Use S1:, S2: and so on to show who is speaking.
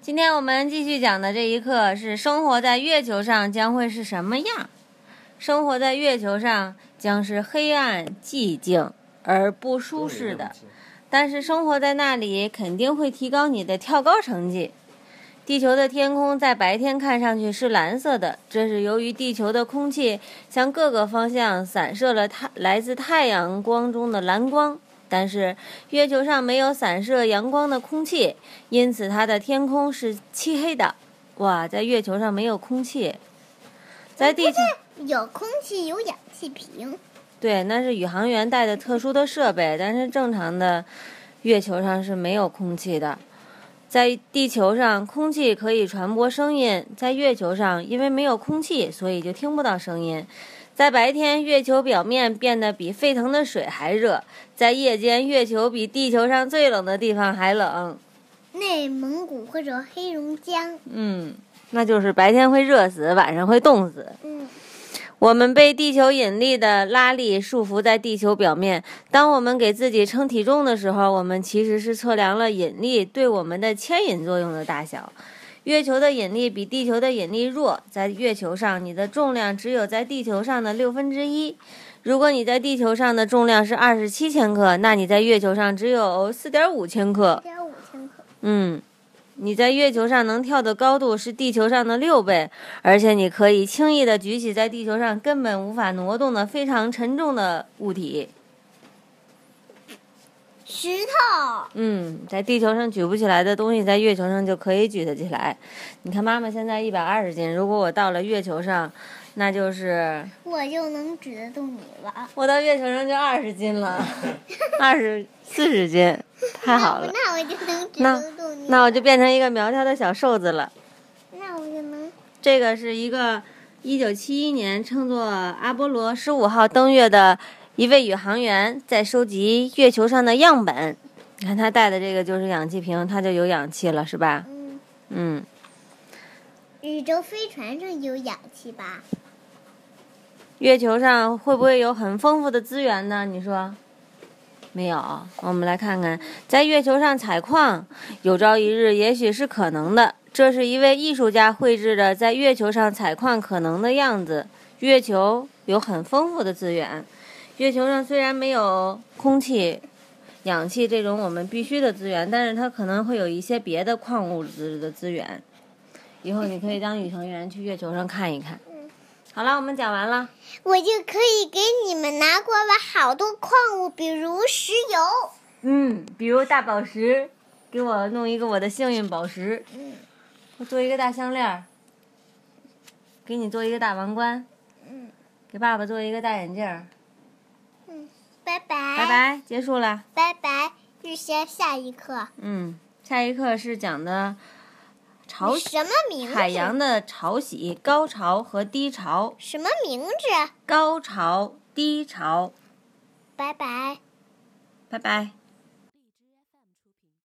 S1: 今天我们继续讲的这一课是：生活在月球上将会是什么样？生活在月球上将是黑暗、寂静而不舒适的，但是生活在那里肯定会提高你的跳高成绩。地球的天空在白天看上去是蓝色的，这是由于地球的空气向各个方向散射了太来自太阳光中的蓝光。但是月球上没有散射阳光的空气，因此它的天空是漆黑的。哇，在月球上没有空气，在地球
S2: 有空气，有氧气瓶。
S1: 对，那是宇航员带的特殊的设备，但是正常的月球上是没有空气的。在地球上，空气可以传播声音；在月球上，因为没有空气，所以就听不到声音。在白天，月球表面变得比沸腾的水还热；在夜间，月球比地球上最冷的地方还冷。
S2: 内蒙古或者黑龙江，
S1: 嗯，那就是白天会热死，晚上会冻死。
S2: 嗯，
S1: 我们被地球引力的拉力束缚在地球表面。当我们给自己称体重的时候，我们其实是测量了引力对我们的牵引作用的大小。月球的引力比地球的引力弱，在月球上，你的重量只有在地球上的六分之一。如果你在地球上的重量是二十七千克，那你在月球上只有四点五千克。
S2: 只有五千克。
S1: 嗯，你在月球上能跳的高度是地球上的六倍，而且你可以轻易的举起在地球上根本无法挪动的非常沉重的物体。
S2: 石头，
S1: 嗯，在地球上举不起来的东西，在月球上就可以举得起来。你看，妈妈现在一百二十斤，如果我到了月球上，那就是
S2: 我就能指得动你了。
S1: 我到月球上就二十斤 了，二十四十斤，太好了。
S2: 那我就能指得动你。
S1: 那我就变成一个苗条的小瘦子了。
S2: 那我就能。
S1: 这个是一个一九七一年乘坐阿波罗十五号登月的一位宇航员在收集月球上的样本。你看他带的这个就是氧气瓶，它就有氧气了，是吧？
S2: 嗯，
S1: 嗯，
S2: 宇宙飞船上有氧气吧？
S1: 月球上会不会有很丰富的资源呢？你说？没有，我们来看看，在月球上采矿，有朝一日也许是可能的。这是一位艺术家绘制的在月球上采矿可能的样子。月球有很丰富的资源，月球上虽然没有空气、氧气这种我们必须的资源，但是它可能会有一些别的矿物质的资源。以后你可以当宇航员去月球上看一看。好了，我们讲完了。
S2: 我就可以给你们拿过来好多矿物，比如石油。
S1: 嗯，比如大宝石，给我弄一个我的幸运宝石。
S2: 嗯
S1: 我做一个大项链儿，给你做一个大王冠，
S2: 嗯
S1: 给爸爸做一个大眼镜儿。
S2: 嗯，拜拜
S1: 拜拜，结束了。
S2: 拜拜，日下下一课。
S1: 嗯，下一课是讲的潮
S2: 你
S1: 汐，
S2: 什么名字？
S1: 海洋的潮汐、高潮和低潮，
S2: 什么名字？
S1: 高潮、低潮。
S2: 拜拜。
S1: 拜拜。